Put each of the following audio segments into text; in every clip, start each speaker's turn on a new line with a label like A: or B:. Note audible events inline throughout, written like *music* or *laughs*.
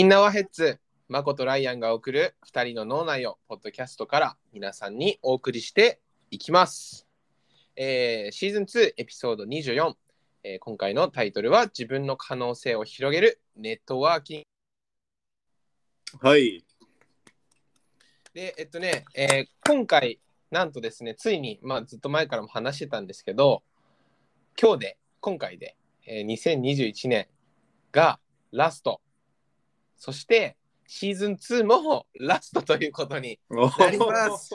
A: みんなはヘッツ、マコとライアンが送る2人の脳内をポッドキャストから皆さんにお送りしていきます。えーシーズン2エピソード24、えー今回のタイトルは自分の可能性を広げるネットワーキング
B: はい。
A: で、えっとね、えー今回、なんとですね、ついに、まあ、ずっと前からも話してたんですけど、今日で、今回で、えー2021年がラスト、そしてシーズン2もラストということになり
B: *laughs*
A: ます。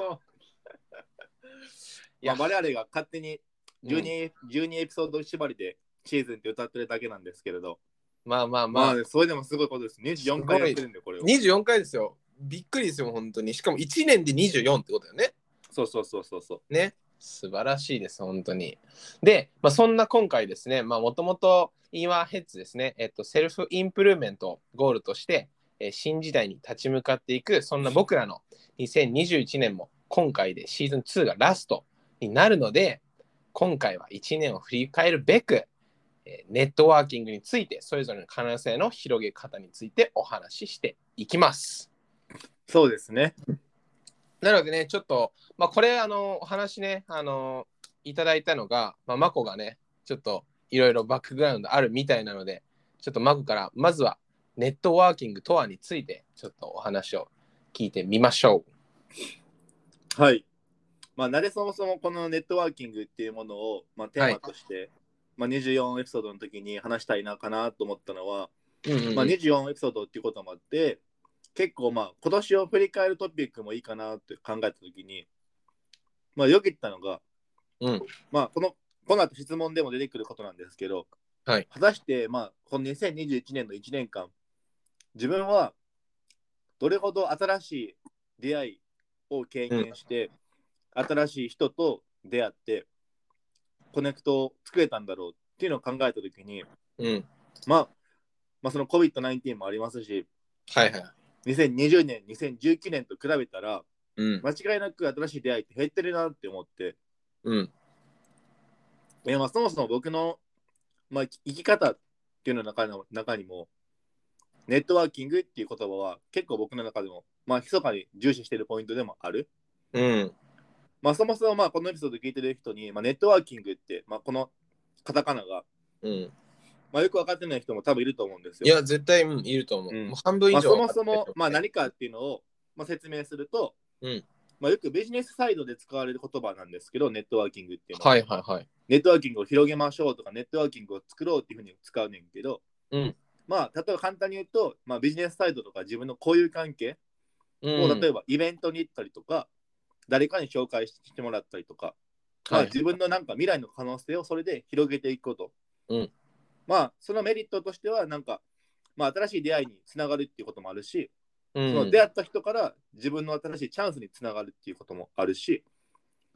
B: いや、我々が勝手に12,、12エピソード縛りでシーズンって歌ってるだけなんですけれど、
A: まあまあまあ、
B: まあ、それでもすごいことです。24回やってるんで、これを。
A: 24回ですよ。びっくりですよ、本当に。しかも1年で24ってことだよね。
B: そうそうそうそうそう。
A: ね、素晴らしいです、本当に。で、まあ、そんな今回ですね、もともとインワーヘッズですね、えっと、セルフインプルーメントをゴールとして、えー新時代に立ち向かっていく、そんな僕らの2021年も今回でシーズン2がラストになるので、今回は1年を振り返るべく、えーネットワーキングについて、それぞれの可能性の広げ方についてお話ししていきます。
B: そうですね。
A: なのでね、ちょっと、まあ、これ、あの、お話ね、あの、いただいたのが、まあ、マコがね、ちょっといろいろバックグラウンドあるみたいなので、ちょっとマコから、まずはネットワーキングとはについて、ちょっとお話を聞いてみましょ
B: はい。まあ、なぜそもそもこのネットワーキングっていうものを、まあ、テーマとして、まあ、24エピソードの時に話したいなかなと思ったのは、
A: う。うんうん
B: まあ、24エピソードっていうこともあって、結構まあ今年を振り返るトピックもいいかなって考えた時に、まあ、よぎったのが、
A: うん
B: まあ、このこの後質問でも出てくることなんですけど、
A: はい
B: 果たして、まあ、この2021年の1年間自分はどれほど新しい出会いを経験して、新しい人と出会ってコネクトを作れたんだろうっていうのを考えた時に、
A: うん。
B: まあ、まあその COVID-19 もありますし
A: はいはい。
B: 2020年2019年と比べたら
A: うん。
B: 間違いなく新しい出会いって減ってるなって思って
A: うん。
B: えまあ、そもそも僕の、まあ、生き生き方っていうのの中の中にも、ネットワーキングっていう言葉は結構僕の中でも、まあ、密かに重視しているポイントでもある。
A: うん。
B: まあ、そもそも、まあ、このエピソード聞いてる人に、まあ、ネットワーキングって、まあ、このカタカナが、
A: うん。
B: まあ、よく分かってない人も多分いると思うんですよ。
A: いや、絶対、うん、いると思う。
B: うん
A: もう半分以
B: まあ、
A: 上
B: そ
A: は
B: も
A: 分かって
B: そ
A: ると思う、
B: も、まあ、何かっていうのを、まあ、説明すると、
A: うん
B: まあ、よくビジネスサイドで使われる言葉なんですけど、ネットワーキングっていうのは、
A: はいはいはい。
B: ネットワーキングを広げましょうとか、ネットワーキングを作ろうっていうふうに使うねんけど、
A: うん
B: まあ、例えば簡単に言うと、まあ、ビジネスサイドとか自分の交友関係
A: う
B: を、例
A: ば、
B: えばイベントに行ったりとか、誰かに紹介してもらったりとか、ま
A: はい
B: あ、自分のなんか未来の可能性をそれで広げていくこと。
A: うん
B: まあ、そのメリットとしては、なんか、まあ、新しい出会いにつながるっていうこともあるし、
A: う
B: その
A: ん
B: 出会った人から自分の新しいチャンスにつながるっていうこともあるし、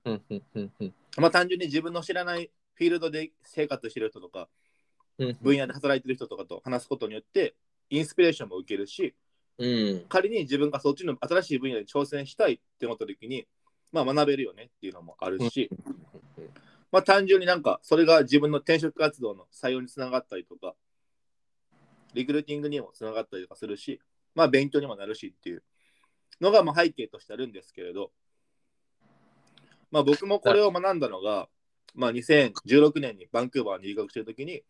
A: うんうんうんうん
B: まあ、単純に自分の知らないフィールドで生活してる人とか、
A: うん
B: 分野で働いてる人とかと話すことによってインスピレーションも受けるし
A: うん
B: 仮に自分がそっちの新しい分野に挑戦したいって思った時に、まあ、学べるよねっていうのもあるし、
A: うん
B: まあ、単純になんかそれが自分の転職活動の採用につながったりとかリクルーティングにもつながったりとかするし、まあ、勉強にもなるしっていうのがまあ背景としてあるんですけれど、まあ、僕もこれを学んだのが、まあ、2016年にバンクーバーに留学してる時に、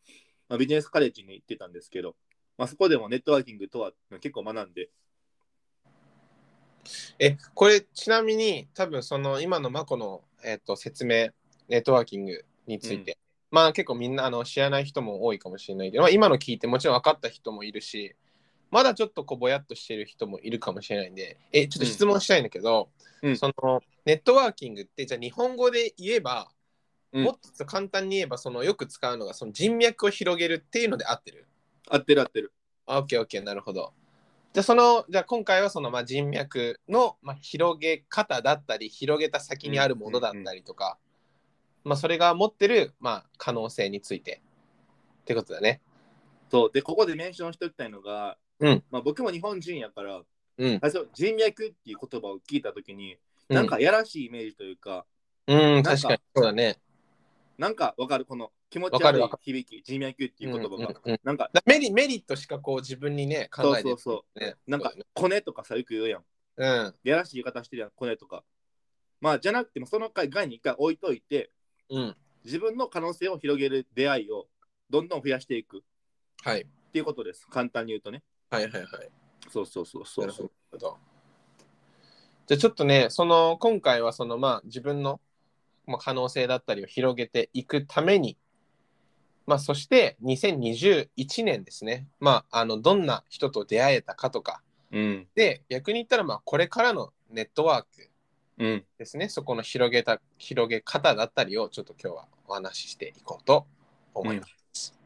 B: まあ、ビジネスカレッジに行ってたんですけど、まあ、そこでもネットワーキングとは結構学んで
A: え、これちなみに多分その今のマコの、えっと説明、ネットワーキングについて、まあ結構みんなあの知らない人も多いかもしれないけど、まあ、今の聞いてもちろん分かった人もいるし、まだちょっとこうぼやっとしてる人もいるかもしれないんで、え、ちょっと質問したいんだけど、
B: うん
A: そのネットワーキングってじゃあ日本語で言えば、
B: うん
A: もっと簡単に言えばそのよく使うのがその人脈を広げるっていうので合ってる
B: 合ってる合ってる
A: あ、オッケーオッケー、なるほど。じゃあその、じゃあ今回はその、まあ、人脈の、まあ、広げ方だったり、広げた先にあるものだったりとか、まあそれが持ってる、まあ、可能性についてってことだね。
B: そうでここでメンションしておきたいのが、
A: うん
B: まあ、僕も日本人やから
A: うん。
B: 最初人脈っていう言葉を聞いた時になんかやらしいイメージというか、
A: うん、
B: んか
A: 確かにそうだね。
B: なんかわかるこの気持
A: わ
B: ち
A: か
B: 悪
A: る
B: い
A: わか
B: 響き、人脈っていう言
A: う
B: 葉
A: んうん
B: が。
A: うん
B: なんか、
A: だメリメリットしかこう自分にね、考
B: そう
A: えて
B: そうそ
A: ね。
B: う。なんか
A: そう、
B: コネとかさ、よく言うやん。
A: だね
B: やらしい言い方してるやん、コネとか。まあ、じゃなくても、その回外に一回置いといて、
A: うん、うん、
B: 自分の可能性を広げる出会いをどんどん増やしていくっ
A: はい、
B: ていうことです。簡単に言うとね。
A: はいはいはい。
B: そうそうそうそうそう。
A: なるほどじゃあちょっとね、その今回はそのまあ自分の、まあ、可能性だったりを広げていくために、まあそして2021年ですね、まああのどんな人と出会えたかとか、
B: うん。
A: で逆に言ったらまあこれからのネットワーク
B: うん。
A: ですね、そこの広げた広げ方だったりをちょっと今日はお話ししていこうと思います。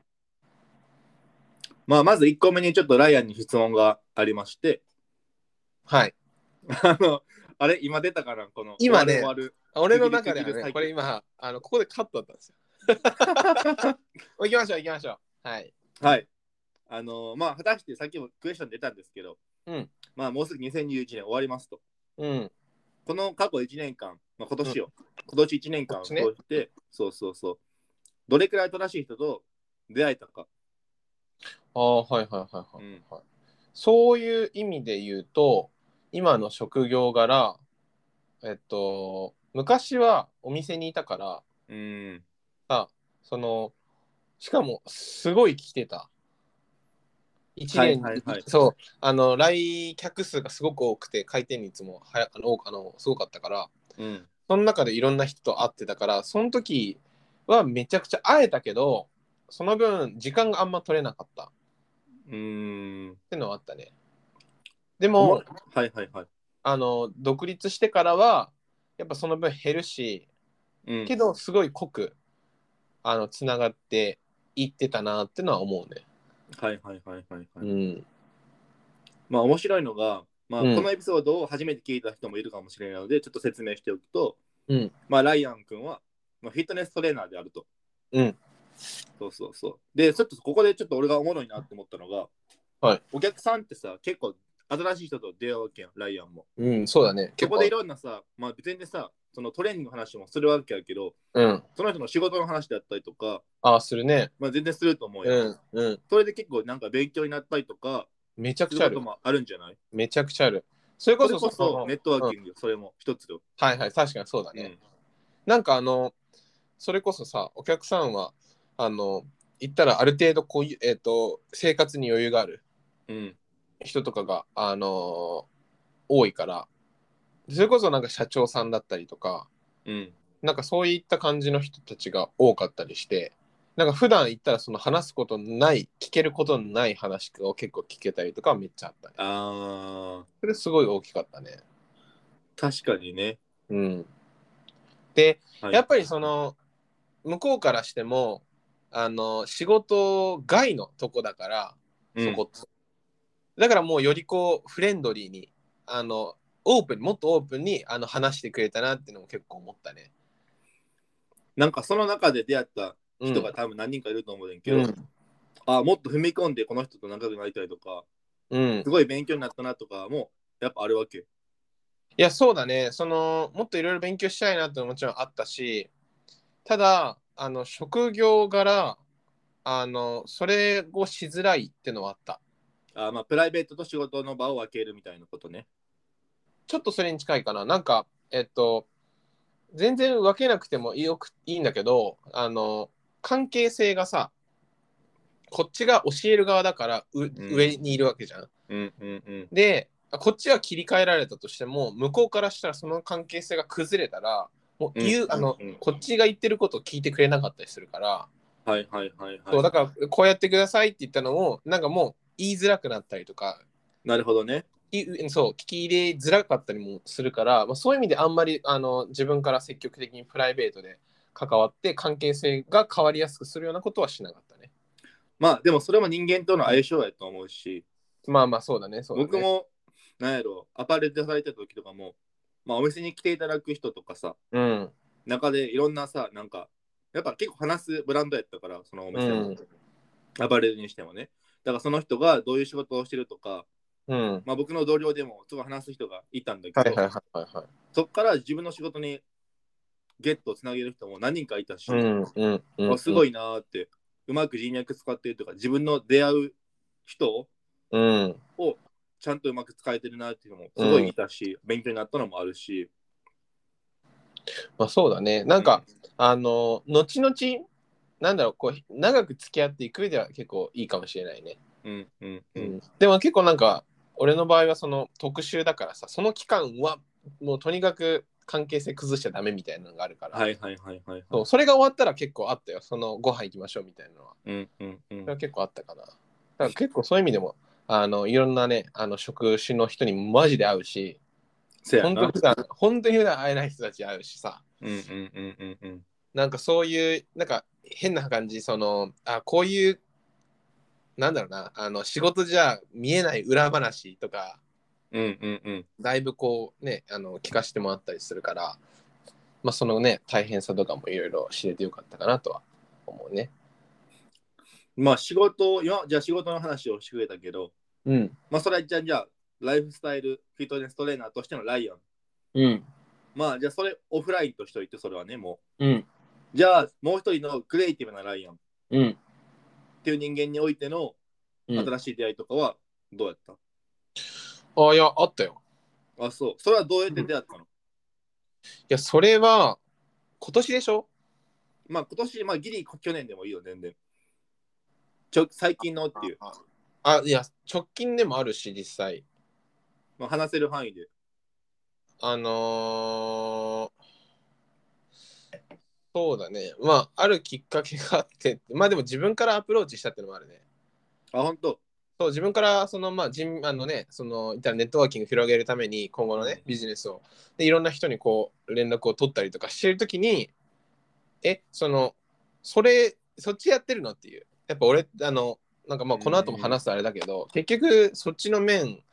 B: まあ、まず1個目にちょっとライアンに質問がありまして、 *laughs*
A: はい。
B: あの、あれ今出たかなこの。
A: 今ね
B: 終わる
A: 俺の中では
B: ギリギリ
A: ね、
B: 最近
A: これ今、あのここでカットだったんですよ。 *laughs* 行きましょう、行きましょう。はい。
B: 終わる。はい。あのまあ、果たしてさっきもクエスチョン出たんですけど、
A: うん
B: まあ、もうすぐ2021年終わりますと。
A: うん。
B: この過去1年間、まあ、今年を、今年1年間を通して、そうそうそう、どれくらい正しい人と出会えたか。
A: ああ、はいはいはいはい、
B: うん
A: はい。そういう意味で言うと、今の職業柄、えっと、昔はお店にいたから、
B: うん。
A: さ、その、しかも、すごい来てた。一
B: は
A: 年
B: い
A: に、
B: はいはい
A: そう、あの、来客数がすごく多くて、回転率もはやあの多くあのすごかったから、
B: うん。
A: その中でいろんな人と会ってたから、その時はめちゃくちゃ会えたけど、その分、時間があんま取れなかったっ
B: うん。
A: ていうのはあったね。で
B: お
A: も
B: も、はいはいはい。
A: あの、独立してからは、やっぱその分減るし、
B: うん、
A: けど、すごい濃く、あの、つながっていってたなってのは思うね。
B: はいはいはいはい、はい
A: うん。
B: まあ面白いのが、まあ、
A: うん
B: このエピソードを初めて聞いた人もいるかもしれないので、ちょっと説明しておくと、
A: うん
B: まあ、ライアン君は、まあ、フィットネストレーナーであると。
A: うん。
B: そうそうそう。で、ちょっとここでちょっと俺がおもろいなって思ったのが、
A: はい、
B: お客さんってさ、結構新しい人と出会うわけやん、ライアンも。
A: うん、そうだね。
B: そ
A: 結
B: こ
A: 構
B: でいろんなさ、まあ、別にさ、そのトレーニングの話もするわけやけど、
A: うん。
B: その人の仕事の話だったりとか、
A: ああ、するね。
B: まあ、全然すると思う
A: う
B: よ、
A: ん、うん。
B: それで結構なんか勉強になったりとか、
A: めちゃ
B: す
A: く
B: る
A: ちゃあ
B: こと
A: る。
B: もあるんじゃない
A: めちゃくちゃある。それこ
B: それ
A: そ
B: こ
A: そ
B: そ
A: の
B: ネットワーキングよ、それも一つよ。
A: はいはい、確かにそうだね。
B: うん
A: なんかあの、それこそさ、お客さんは、あの、言ったらある程度こういう、えっ、と、生活に余裕がある
B: うん。
A: 人とかが、あの多いから、それこそなんか社長さんだったりとか、
B: うん。
A: なんかそういった感じの人たちが多かったりして、なんか普段言ったらその話すことのない、聞けることのない話を結構聞けたりとかめっちゃあったね。
B: あ
A: それすごい大きかったね。
B: ー、確かにね。
A: うん。で、
B: はい
A: やっぱりそ、の向こうからしてもあの仕事外のとこだから
B: うん
A: そこ、だからもうよりこうフレンドリーにあのオープンもっとオープンにあの話してくれたなっていうのも結構思ったね。
B: なんかその中で出会った
A: うん
B: 人が多分何人かいると思うねんけ
A: う
B: ど、
A: ん
B: あーもっと踏み込んでこの人と仲良くなりたいとか、
A: うん
B: すごい勉強になったなとかもやっぱあるわけ。
A: いやそうだねそのもっといろいろ勉強したいなってのももちろんあったしただあの職業柄あのそれをしづらいってのはあった
B: あーまあプライベートと仕事の場を分けるみたいなことね。
A: ちょっとそれに近いかな。なんか、えっと、全然分けなくてもよくいいんだけど、あの、関係性がさ、こっちが教える側だからう、
B: ん
A: 上にいるわけじゃん。
B: うんうんうん。
A: で、こっちは切り替えられたとしても、向こうからしたらその関係性が崩れたら、もう言う、
B: うん
A: あの、
B: うん
A: こっちが言ってることを聞いてくれなかったりするから、
B: はいはいはい
A: そう
B: は
A: だからこうやってくださいって言ったのを、なんかもう言いづらくなったりとか、
B: い。なるほどね。
A: いそう聞き入れづらかったりもするから、まあ、そういう意味であんまりあの自分から積極的にプライベートで関わって関係性が変わりやすくするようなことはしなかったね。
B: まあでもそれも人間との相性やと思うし、
A: まあまあそうだね。そうだね
B: 僕もなんやろアパレルで働いてた時とかも、まあ、お店に来ていただく人とかさ
A: うん
B: 中でいろんなさなんかやっぱ結構話すブランドやったからそのお店も、アパレルにしてもねだからその人がどういう仕事をしてるとか、
A: うん。
B: まあ、僕の同僚でもすごい話す人がいたんだけど、
A: はいはいはいはいはい。
B: そっから自分の仕事にゲットをつなげる人も何人かいたし、
A: うんうんうん
B: あすご
A: い。
B: いなーって、うまく人脈使ってるとか、自分の出会う人
A: うん。
B: をちゃんとうまく使えてるなっていうのもすごいいたし、勉強になったのもあるし。
A: まあそうだね。なんか、あの、後々、なんだろう、こう、長く付き合っていく上では結構いいかもしれないね。
B: うん、うん、
A: う
B: うんん、
A: でも結構なんか、俺の場合はその特集だからさ、その期間はもうとにかく関係性崩しちゃダメみたいなのがあるから、
B: はいはいはいはい、
A: そ。
B: はいう
A: それが終わったら結構あったよ。そのご飯行きましょうみたいなのは。
B: うん、うん、うん
A: それ。は結構あったかな。だから結構そういう意味でも、あのいろんなね、あの職種の人にマジで会うし、
B: せや
A: 本当
B: な
A: に。普段本当に普段会えない人たち会うしさ、
B: うん、うん、うん、うん、うん。
A: なんかそういう、なんか変な感じ、その、あこういう、なんだろうな、あの仕事じゃ見えない裏話とか、
B: うん、うん、うん。
A: だいぶこうね、あの聞かせてもらったりするから、まあそのね、大変さとかもいろいろ知れてよかったかなとは思うね。
B: まあ仕事を、今じゃあ仕事の話をしてくれたけど、
A: うん。
B: まあそれじゃあじゃあライフスタイルフィットネストレーナーとしてのライアン。
A: うん。
B: まあじゃあそれオフラインとしておいてそれはねも
A: うん。
B: う。じゃあもう一人のクリエイティブなライアンっ
A: うん。
B: ていう人間においての
A: うん、
B: 新しい出会いとかはどうやった、
A: あ、いや、あったよ。
B: あ、そう。それはどうやって出会ったの、
A: いや、それは、今年でしょ
B: まあ今年、まあギリ去年でもいいよ全然。ちょ最近のっていう、
A: あ、あいや、直近でもあるし、実際。
B: まあ、話せる範囲で。
A: あのーそうだね。まあ、あるきっかけがあって、まあでも自分からアプローチしたってのもあるね。
B: あ、本当。
A: そう、自分から、その、まあ、人あのね、その、いったらネットワーキング広げるために、今後のね、ビジネスを、で、いろんな人にこう、連絡を取ったりとかしてるときに、え、その、それ、そっちやってるのっていう。やっぱ俺、あの、なんかまあ、この後も話すあれだけど、結局、そっちの面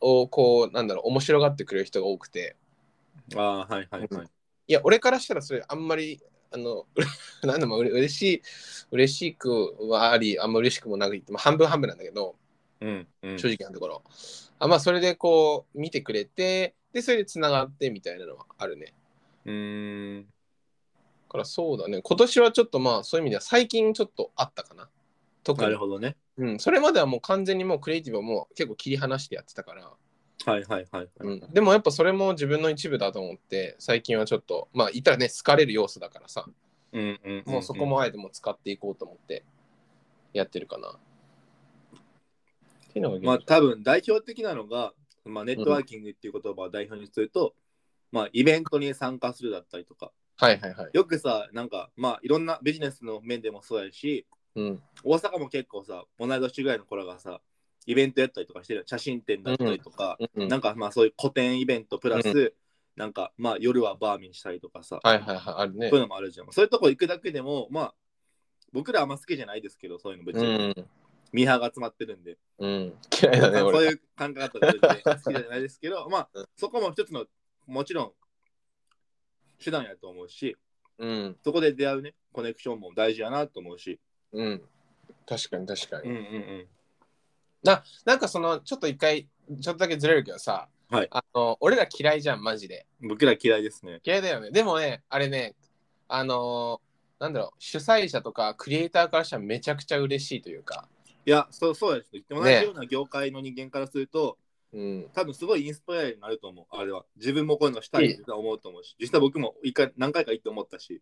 A: を、こう、なんだろう、面白がってくれる人が多くて、
B: あーはいはいはい。
A: いや、俺からしたらそれあんまり、あの、 *laughs* うれなんでもうれ嬉しい、嬉しくはあり、あんま嬉しくもなくて、まあ、半分半分なんだけど、
B: うん、うん。
A: 正直なところ。あまあ、それでこう、見てくれて、で、それでつながってみたいなのはあるね。
B: うーん。
A: だからそうだね、今年はちょっとまあ、そういう意味では最近ちょっとあったかな。特
B: なる
A: に。
B: ほどね。
A: うん、それまではもう完全にもうクリエイティブをもう結構切り離してやってたから、
B: はいはいはい、はい
A: うん、でもやっぱそれも自分の一部だと思って、最近はちょっと、まあ、いたらね、好かれる要素だからさ、
B: うんうんうんうん
A: もうそこもあえてもう使っていこうと思ってやってるかな。っていうのが現状
B: まあ多分代表的なのが、まあ、ネットワーキングっていう言葉を代表にすると、まあイベントに参加するだったりとか、
A: はいはいはい。
B: よくさ、なんかまあいろんなビジネスの面でもそうやし、
A: うん。
B: 大阪も結構さ、同い年ぐらいの子らがさ、イベントやったりとかしてるよ写真展だったりとか、
A: うん、
B: なんかまあそういう古典イベントプラス、
A: う
B: なんかまあ夜はバーミンしたりとかさ、
A: はいはいはい。あるね
B: そうい。うのもあるじゃん。そういうとこ行くだけでも、まあ僕らあんま好きじゃないですけど、そういうの別
A: う
B: に。
A: ん。
B: ミーハーが集まってるんで。
A: うん。嫌いだね、
B: そう
A: 俺。
B: いう感覚だったら全然好きじゃないですけど、 *laughs* ま
A: うん
B: あ、そこも一つの、もちろん、手段やと思うし、
A: うん。
B: そこで出会うね、コネクションも大事やなと思うし。
A: うん。確かに確かに。
B: うんうんうん。
A: ななんかその、ちょっと一回、ちょっとだけずれるけどさ、
B: はい
A: あの俺ら嫌いじゃん、マジで。
B: 僕ら嫌いですね。
A: 嫌いだよね。でもね、あれね、あのーなんだろう、主催者とかクリエイターからしたらめちゃくちゃ嬉しいというか、
B: いや、そうそうです。同じ
A: ね
B: ような業界の人間からすると、
A: うん。
B: 多分すごいインスパイアになると思う。あれは。自分もこういうのしたいって思うと思うし、実際僕も一回何回か行って思ったし。
A: い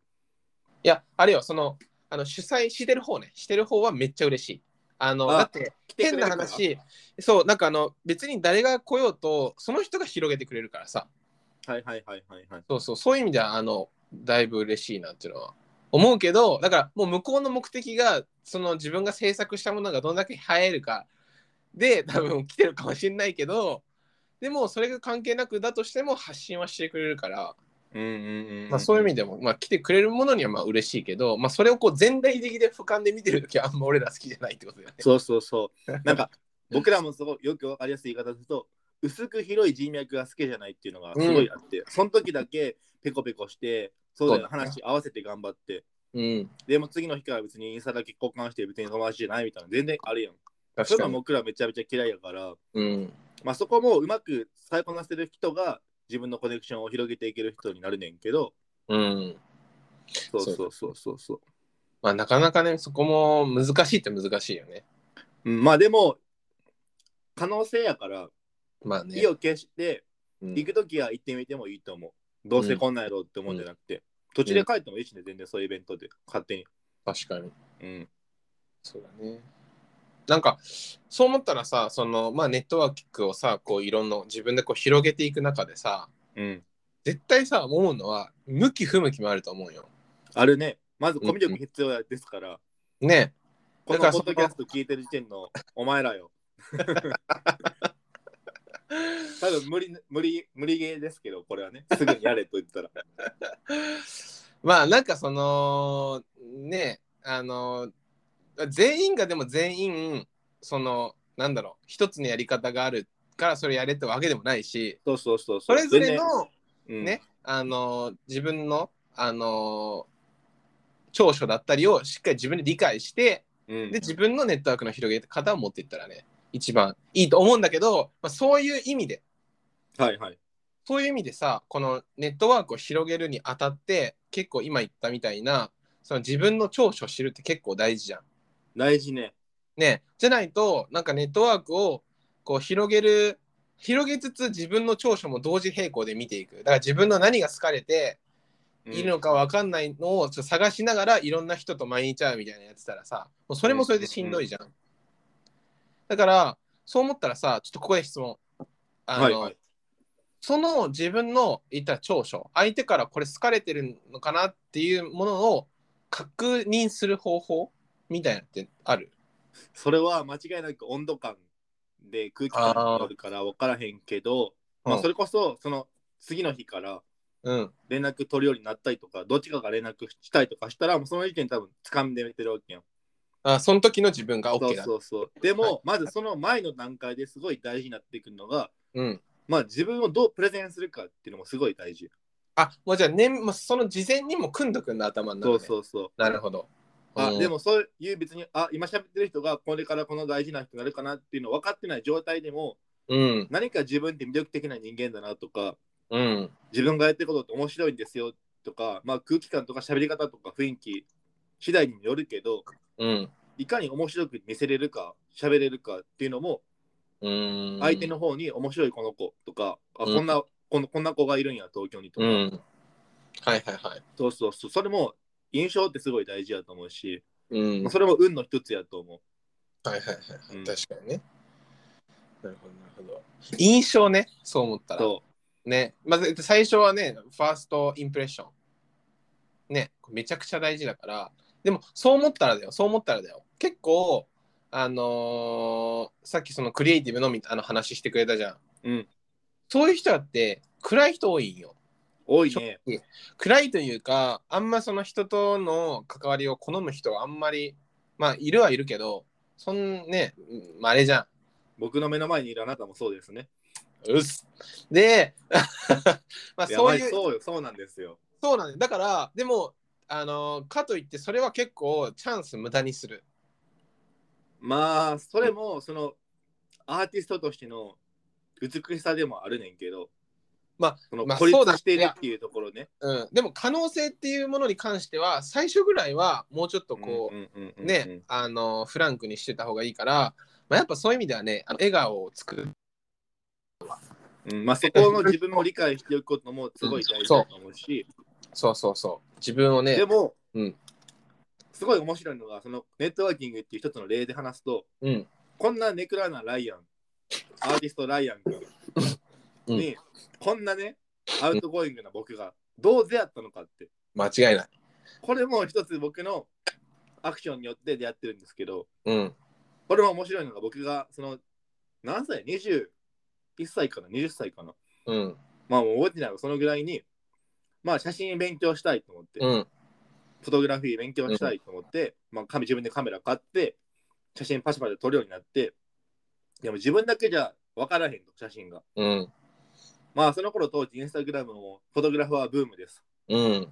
A: や、あれよ、その、あの主催してる方ね、してる方はめっちゃ嬉しい。あの、
B: あ
A: だって、
B: 来てく
A: 変
B: れる
A: な
B: から。
A: 話、そう、なんかあの、別に誰が来ようと、その人が広げてくれるからさ、
B: はいはいはいはいはい。
A: そうそう、そういう意味では、あの、だいぶ嬉しいなっていうのは思うけど、だからもう向こうの目的が、その自分が制作したものがどんだけ映えるかで、多分来てるかもしれないけど、でもそれが関係なくだとしても発信はしてくれるから、
B: うんうんうん、
A: まあ、そういう意味
B: で。
A: でも、まあ、来てくれるものにはまあ嬉しいけど、まあ、それをこう全体的で俯瞰で見てるときはあんま俺ら好きじゃないってことだよね。
B: そうそうそう。 *laughs* なんか、僕らもすごいよくわかりやすい言い方すると、薄く広い人脈が好きじゃないっていうのがすごいあって、その時だけペコペコして、そうだよ、
A: そうだね
B: 話合わせて頑張って、
A: うん、
B: でも次の日から別にインスタだけ交換して別に友達じゃないみたいな、全然あるやん。そ
A: 確
B: ういう
A: か
B: の
A: に。
B: 僕らめちゃめちゃ嫌いやから、
A: うん、
B: まあそこもうまく使いこなせる人が自分のコネクションを広げていける人になるねんけど、
A: うん。
B: そうそうそうそうそう。
A: まあ、なかなかね、そこも難しいって難しいよね。
B: うん、まあでも、可能性やから、
A: まあね。
B: 意を決して、
A: うん
B: 行くときは行ってみてもいいと思う。どうせこんなんやろうって思うんじゃなくて、途中で帰ってもいいしね、全然そういうイベントで、勝手に。
A: 確かに。
B: うん。
A: そうだね。なんか、そう思ったらさ、その、まあ、ネットワークをさ、こう、いろんな、自分でこう、広げていく中でさ、
B: うん。
A: 絶対さ、思うのは、向き不向きもあると思うよ。
B: あれね、まずコミュ力必要ですから、
A: ね
B: こ
A: だから
B: のポ
A: そ
B: ッ
A: の
B: ドキャスト聞いてる時点のお前
A: *laughs*
B: らよ。多分無理、無理、無理ゲーですけど、これは
A: *laughs*
B: ね、すぐにやれと言ったら。
A: まあなんかそのねあの全員がでも全員そのなんだろう一つのやり方があるからそれやれってわけでもないし
B: そうそうそう。
A: そうれぞれの、
B: 全然、
A: ねあの自分のあの長所だったりをしっかり自分で理解して
B: うん。うん
A: で自分のネットワークの広げ方を持っていったらね一番いいと思うんだけど、まあ、そういう意味で
B: はいはい。
A: そういう意味でさ、このネットワークを広げるにあたって、結構今言ったみたいな、その自分の長所を知るって結構大事じゃん。
B: 大事ね。
A: ね、じゃないと、なんかネットワークをこう広げる、広げつつ自分の長所も同時並行で見ていく。だから自分の何が好かれて
B: うん
A: いるのか分かんないのをちょっと探しながらいろんな人と毎日会うみたいなのやってたらさ、もうそれもそれでしんどいじゃん。だから、そう思ったらさ、ちょっとここで質問。あの、
B: はいはい。
A: その自分の言った長所相手からこれ好かれてるのかなっていうものを確認する方法みたいなのってある
B: それは間違いなく温度感で空気感があるから分からへんけど、まあ、
A: うん
B: それこそその次の日から
A: うん
B: 連絡取るようになったりとかどっちかが連絡したりとかしたらもうその時点多分掴んでみてるわけよ。
A: あその時の自分が OK だ
B: そうそうそうでも、まずその前の段階ですごい大事になってくるのが、
A: うん
B: まあ、自分をどうプレゼンするかっていうのもすごい大事。
A: あもうじゃあ、ね、もうその事前にも組んどくんだ頭の中
B: そ
A: で
B: うそうそう。
A: なるほど
B: あ
A: うん
B: でもそういう別にあ今喋ってる人がこれからこの大事な人になるかなっていうの分かってない状態でも
A: うん
B: 何か自分って魅力的な人間だなとか
A: うん
B: 自分がやってることって面白いんですよとか、まあ、空気感とか喋り方とか雰囲気次第にもよるけど
A: うん
B: いかに面白く見せれるか喋れるかっていうのも
A: うん
B: 相手の方に面白いこの子とか、あ
A: うん
B: こんなこのこんな子がいるんや東京にと
A: う
B: か、
A: んはいはいはい
B: そうそうそうそれも印象ってすごい大事だと思うし、
A: うん
B: ま
A: は
B: あ、それも運の一つやと思
A: いはいはいはい、
B: うん
A: 確かにねなるほどなるほど印象ねそう思った
B: う
A: ら
B: そう
A: ね、まず最初はね、ファーストインプレッション。ね、めちゃくちゃ大事だから、でもそう思ったらだよ、そう思ったらだよ。結構、あのーさっきそのクリエイティブのみあの話してくれたじゃん。
B: うん
A: そういう人だって暗い人多いんよ。
B: 多いね
A: 暗いというか、あんまその人との関わりを好む人はあんまり、まあいるはいるけど、そんね、うんまあ、あれじゃん。
B: 僕の目の前にいるあなたもそうですね
A: うっす。で、 *laughs* まあ
B: いや
A: そうい
B: まあ
A: う
B: そうよそうなんですよ
A: そうなんだよだからでもあのかといってそれは結構チャンス無駄にする
B: まあそれもそのアーティストとしての美しさでもあるねんけど
A: まあ
B: その
A: まあ
B: 孤立
A: そうだね
B: しているっていうところね、
A: うん、でも可能性っていうものに関しては最初ぐらいはもうちょっとこう、
B: うんうんうんうん
A: ねあのフランクにしてた方がいいから、まあ、やっぱそういう意味ではねあの笑顔を作る
B: うんまあ、そこの自分を理解しておくこともすごい大事だと思うし、
A: そうそうそう自分をね
B: でも、
A: うん
B: すごい面白いのがそのネットワーキングっていう一つの例で話すと
A: うん
B: こんなネクラなライアンアーティストライアン君
A: うん
B: に、こんなねアウトゴーイングな僕がどう出会ったのかって
A: 間違いない
B: これも一つ僕のアクションによって出会ってるんですけど、
A: うん
B: これも面白いのが僕がその何歳 ?21 歳かな ?20 歳かな
A: うん
B: まあもう覚えてないけどそのぐらいにまあ写真勉強したいと思って、
A: うん
B: フォトグラフィー勉強したいと思って、まあ紙自分でカメラ買って写真パシパシ撮るようになってでも自分だけじゃ分からへんと写真が
A: うん
B: まあその頃当時インスタグラムもフォトグラファーブームです
A: うん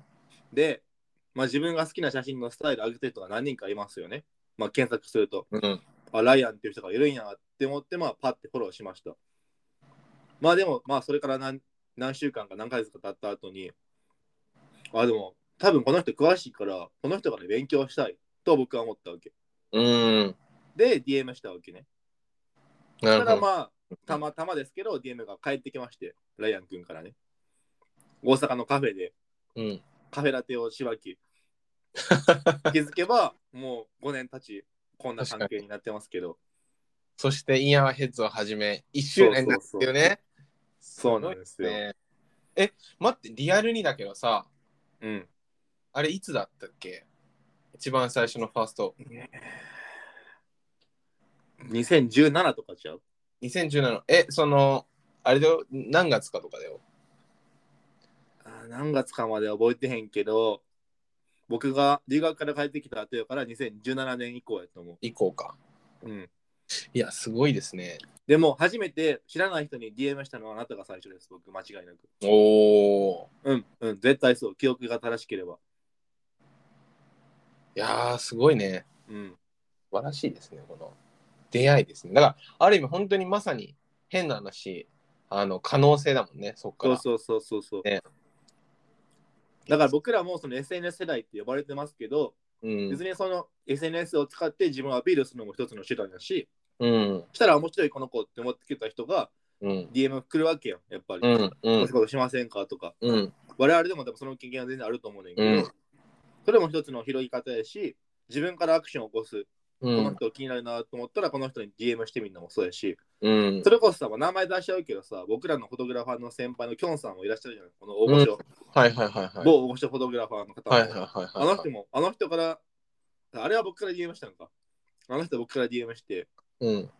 B: でまあ自分が好きな写真のスタイル上げてる人が何人かいますよねまあ検索すると
A: うん
B: あ、ライアンっていう人がいるんやって思って、まあ、パッてフォローしました。まあでも、まあ、それから何何週間か何ヶ月か経った後に、あ、でも、多分この人詳しいから、この人から勉強したいと僕は思ったわけ。
A: うん。
B: で、DM したわけね。
A: な
B: た
A: る
B: だ
A: ほど。
B: まあ、たまたまですけど、DM が返ってきまして、ライアン君からね。大阪のカフェで
A: うん。
B: カフェラテをし
A: *laughs*
B: ばき、気づけば、もう5年経ち、こんな関係になってますけど、
A: そして、インアワヘッズをはじめ、1周年だっていうね。
B: そうなんですよ。
A: ねえ、待って、リアルにだけどさ、
B: うん。
A: あれいつだったっけ一番最初のファースト。
B: 2017とかじゃう
A: 2017。え、その、あれだよ、何月かとかだよ。
B: あー何月かまで覚えてへんけど、僕が留学から帰ってきた後やから2017年以降やと思
A: 以降か。
B: う。うん。
A: いや、すごいですね。
B: でも、初めて知らない人に DM したのはあなたが最初です、僕、間違いなく。
A: おー。
B: うん、うん、絶対そう、記憶が正しければ。
A: いやー、すごいね。
B: うん。
A: 素晴らしいですね、この出会いですね。だから、ある意味、本当にまさに変な話、あの可能性だもんね、そっか
B: そう
A: ら。
B: そうそうそうそう。
A: ね
B: だから僕らもその SNS 世代って呼ばれてますけど、
A: うん
B: 別。にその SNS を使って自分をアピールするのも一つの手段だし、
A: うん。
B: したら面白いこの子って思ってきた人が
A: うん。
B: DM 来るわけよ、やっぱり。
A: うん。う
B: お
A: ん
B: 仕。事しませんかとか。
A: うん。
B: 我々でもでもその経験は全然あると思うねんけど、
A: うん
B: それも一つの拾い方やし、自分からアクションを起こす、
A: う
B: この
A: ん。
B: 人気になるなと思ったら、この人に DM してみるのもそうやし、
A: うん
B: そ。れこそさ、まあ名前出しちゃうけどさ、僕らのフォトグラファーの先輩のキョンさんもいらっしゃるじゃない、この大御所、
A: はいはいはいはい。
B: 某大御所フォトグラファーの方も、
A: はいはいはい
B: あ
A: は
B: の
A: い。
B: 人も、あの人から、あれは僕から DM したのか。あの人僕から DM して、
A: うん。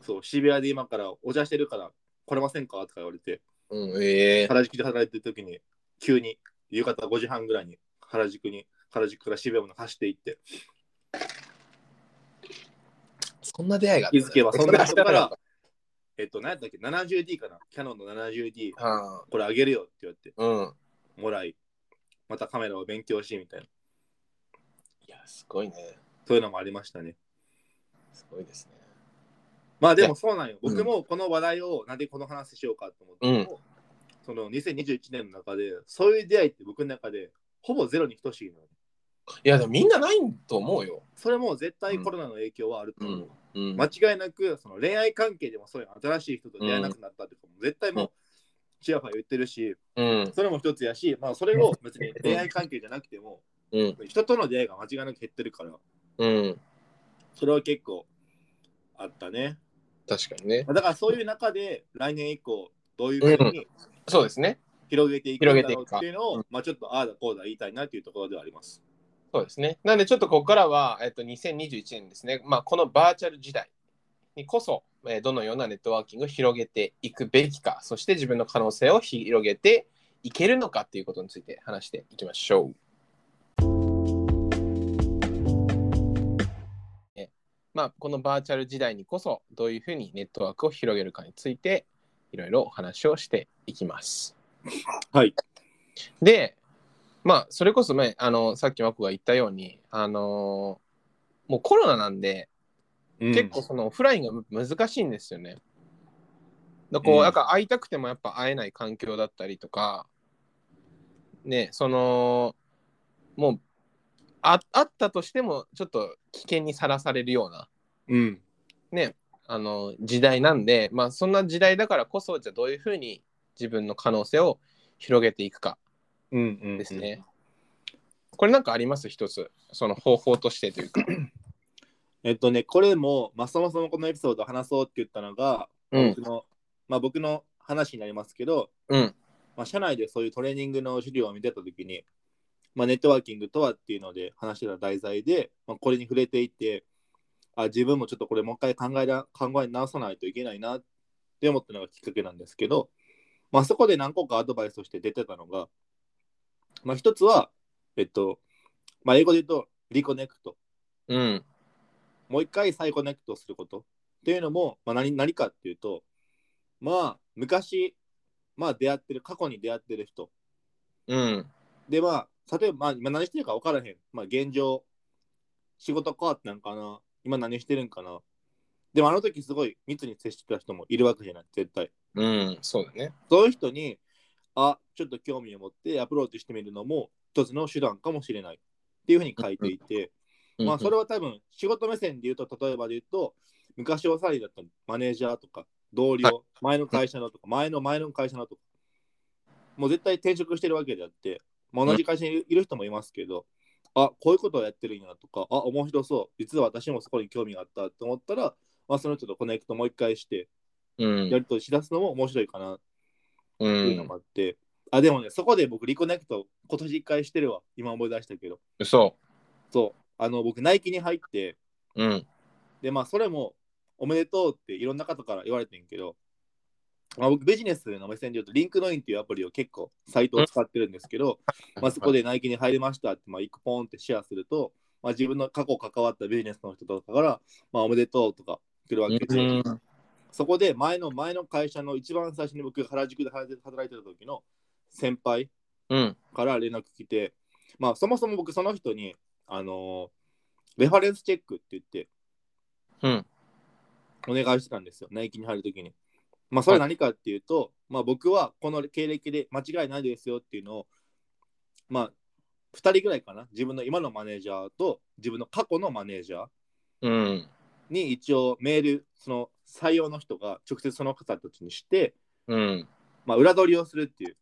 B: そう、渋谷で今からお茶してるから来れませんかとか言われて、
A: うん。ええ。
B: 原宿で働いてる時に、急に、夕方5時半ぐらいに原宿に、原宿から渋谷まで走っていって、
A: そんな出会いがあった
B: 気づけばそんな人 *laughs* から、えっと、何やったっけ、70D かな、キャノンの 70D、
A: は
B: これあげるよって言われて、
A: あうん。
B: もらい、またカメラを勉強し、みたいな、
A: いや、すごいね。
B: そういうのもありましたね。
A: すごいですね。
B: まあでもそうなんよ。
A: うん
B: 僕もこの話題をなんでこの話しようかと思っても、その2021年の中で、そういう出会いって僕の中でほぼゼロに等しいのよ。
A: いや、でもみんなないと思うよ。
B: それも絶対コロナの影響はあると思う。
A: うん。
B: 間違いなくその恋愛関係でもそういう新しい人と出会えなくなったってことも絶対も
A: うん
B: うチヤフヤ言ってるし、
A: うん。
B: それも一つやし、まあそれを別に恋愛関係じゃなくても、
A: うん。
B: 人との出会いが間違いなく減ってるから、
A: うん。
B: それは結構あったね。
A: 確かにね。
B: まあだからそういう中で来年以降、どういうふうに
A: そうですね。
B: 広げていくんだろ
A: 広げて
B: う
A: いくか
B: っていうのを、
A: う
B: まあちょっとああだこうだ言いたいなっていうところではあります。
A: そうですね。なんでちょっとここからは、えっと、2021年ですね、まあ、このバーチャル時代にこそ、えーどのようなネットワーキングを広げていくべきか、そして自分の可能性を広げていけるのかということについて話していきましょう。えまあ、このバーチャル時代にこそどういうふうにネットワークを広げるかについていろいろお話をしていきます。
B: はい。
A: で、まあ、それこそね、あの、さっきマコが言ったように、あのーもうコロナなんで、結構そのオフラインがむ難しいんですよね。だこ
B: う
A: う、
B: ん
A: なんか会いたくてもやっぱ会えない環境だったりとか、ね、その、もう、ああったとしても、ちょっと危険にさらされるような、
B: うん。
A: ね、あの、時代なんで、まあ、そんな時代だからこそ、じゃあどういうふうに自分の可能性を広げていくか
B: うんうん、うん。
A: ですね。これなんかあります一つ、その方法としてというか。
B: えっとね、これも、まあそもそもこのエピソードを話そうって言ったのが、
A: うん
B: 僕。の、まあ僕の話になりますけど、
A: うん。
B: まあ社内でそういうトレーニングの資料を見てたときに、まあネットワーキングとはっていうので話してた題材で、まあこれに触れていって、あ自分もちょっとこれもう一回考えら考え直さないといけないなって思ったのがきっかけなんですけど、まあ、そこで何個かアドバイスとして出てたのが、まあ、一つは、えっと、まあ、英語で言うと、リコネクト。
A: うん。
B: もう一回再コネクトすることっていうのも、まあ、何何かっていうと、まあ、昔、まあ、出会ってる、過去に出会ってる人。
A: うん。
B: で、まあ、例えば、まあ、今何してるか分からへん。まあ、現状、仕事変わったんかな今何してるんかなでも、あの時すごい密に接してた人もいるわけじゃない、絶対。
A: うん。そうだね。
B: そういう人に、あ、ちょっと興味を持ってアプローチしてみるのも一つの手段かもしれないっていうふうに書いていて、まあ、それは多分仕事目線で言うと、例えばで言うと、昔はサリーだったマネージャーとか、同僚、
A: は
B: 前の会社のとか、前の前の会社のとか、もう絶対転職してるわけであって、まあ同じ会社にいるいる人もいますけど、あこういうことをやってるんやとか、あ面白そう、実は私もそこに興味があったと思ったら、まあ、その人とコネクトもう一回して、
A: うん
B: やりとりしだすのも面白いかなっ
A: う
B: ていうの
A: ん
B: もあって、あ、でもね、そこで僕、リコネクト、今年一回してるわ、今思い出したけど、
A: 嘘
B: そう、あの僕、ナイキに入って、
A: うん
B: で、まあ、それも、おめでとうっていろんな方から言われてんけど、まあ、僕、ビジネスの目線で言うと、リンクドインっていうアプリを結構、サイトを使ってるんですけど、まあ、そこでナイキに入りましたって、まあ、一個ポンってシェアすると、まあ、自分の過去関わったビジネスの人とかから、まあ、おめでとうとか来るわけで、
A: うん
B: そこで前の前の会社の一番最初に僕、原宿で働いて働いてた時の先輩
A: うん
B: から連絡来て、まあ、そもそも僕、その人に、あのーレファレンスチェックって言って、
A: うん
B: お願いしてたんですよ、ナイキに入るときに。まあ、それは何かっていうと、まあ、僕はこの経歴で間違いないですよっていうのを、まあ、2人ぐらいかな、自分の今のマネージャーと自分の過去のマネージャー
A: うん
B: に一応メール、その採用の人が直接その方たちにして、
A: うん
B: まあ、裏取りをするっていう、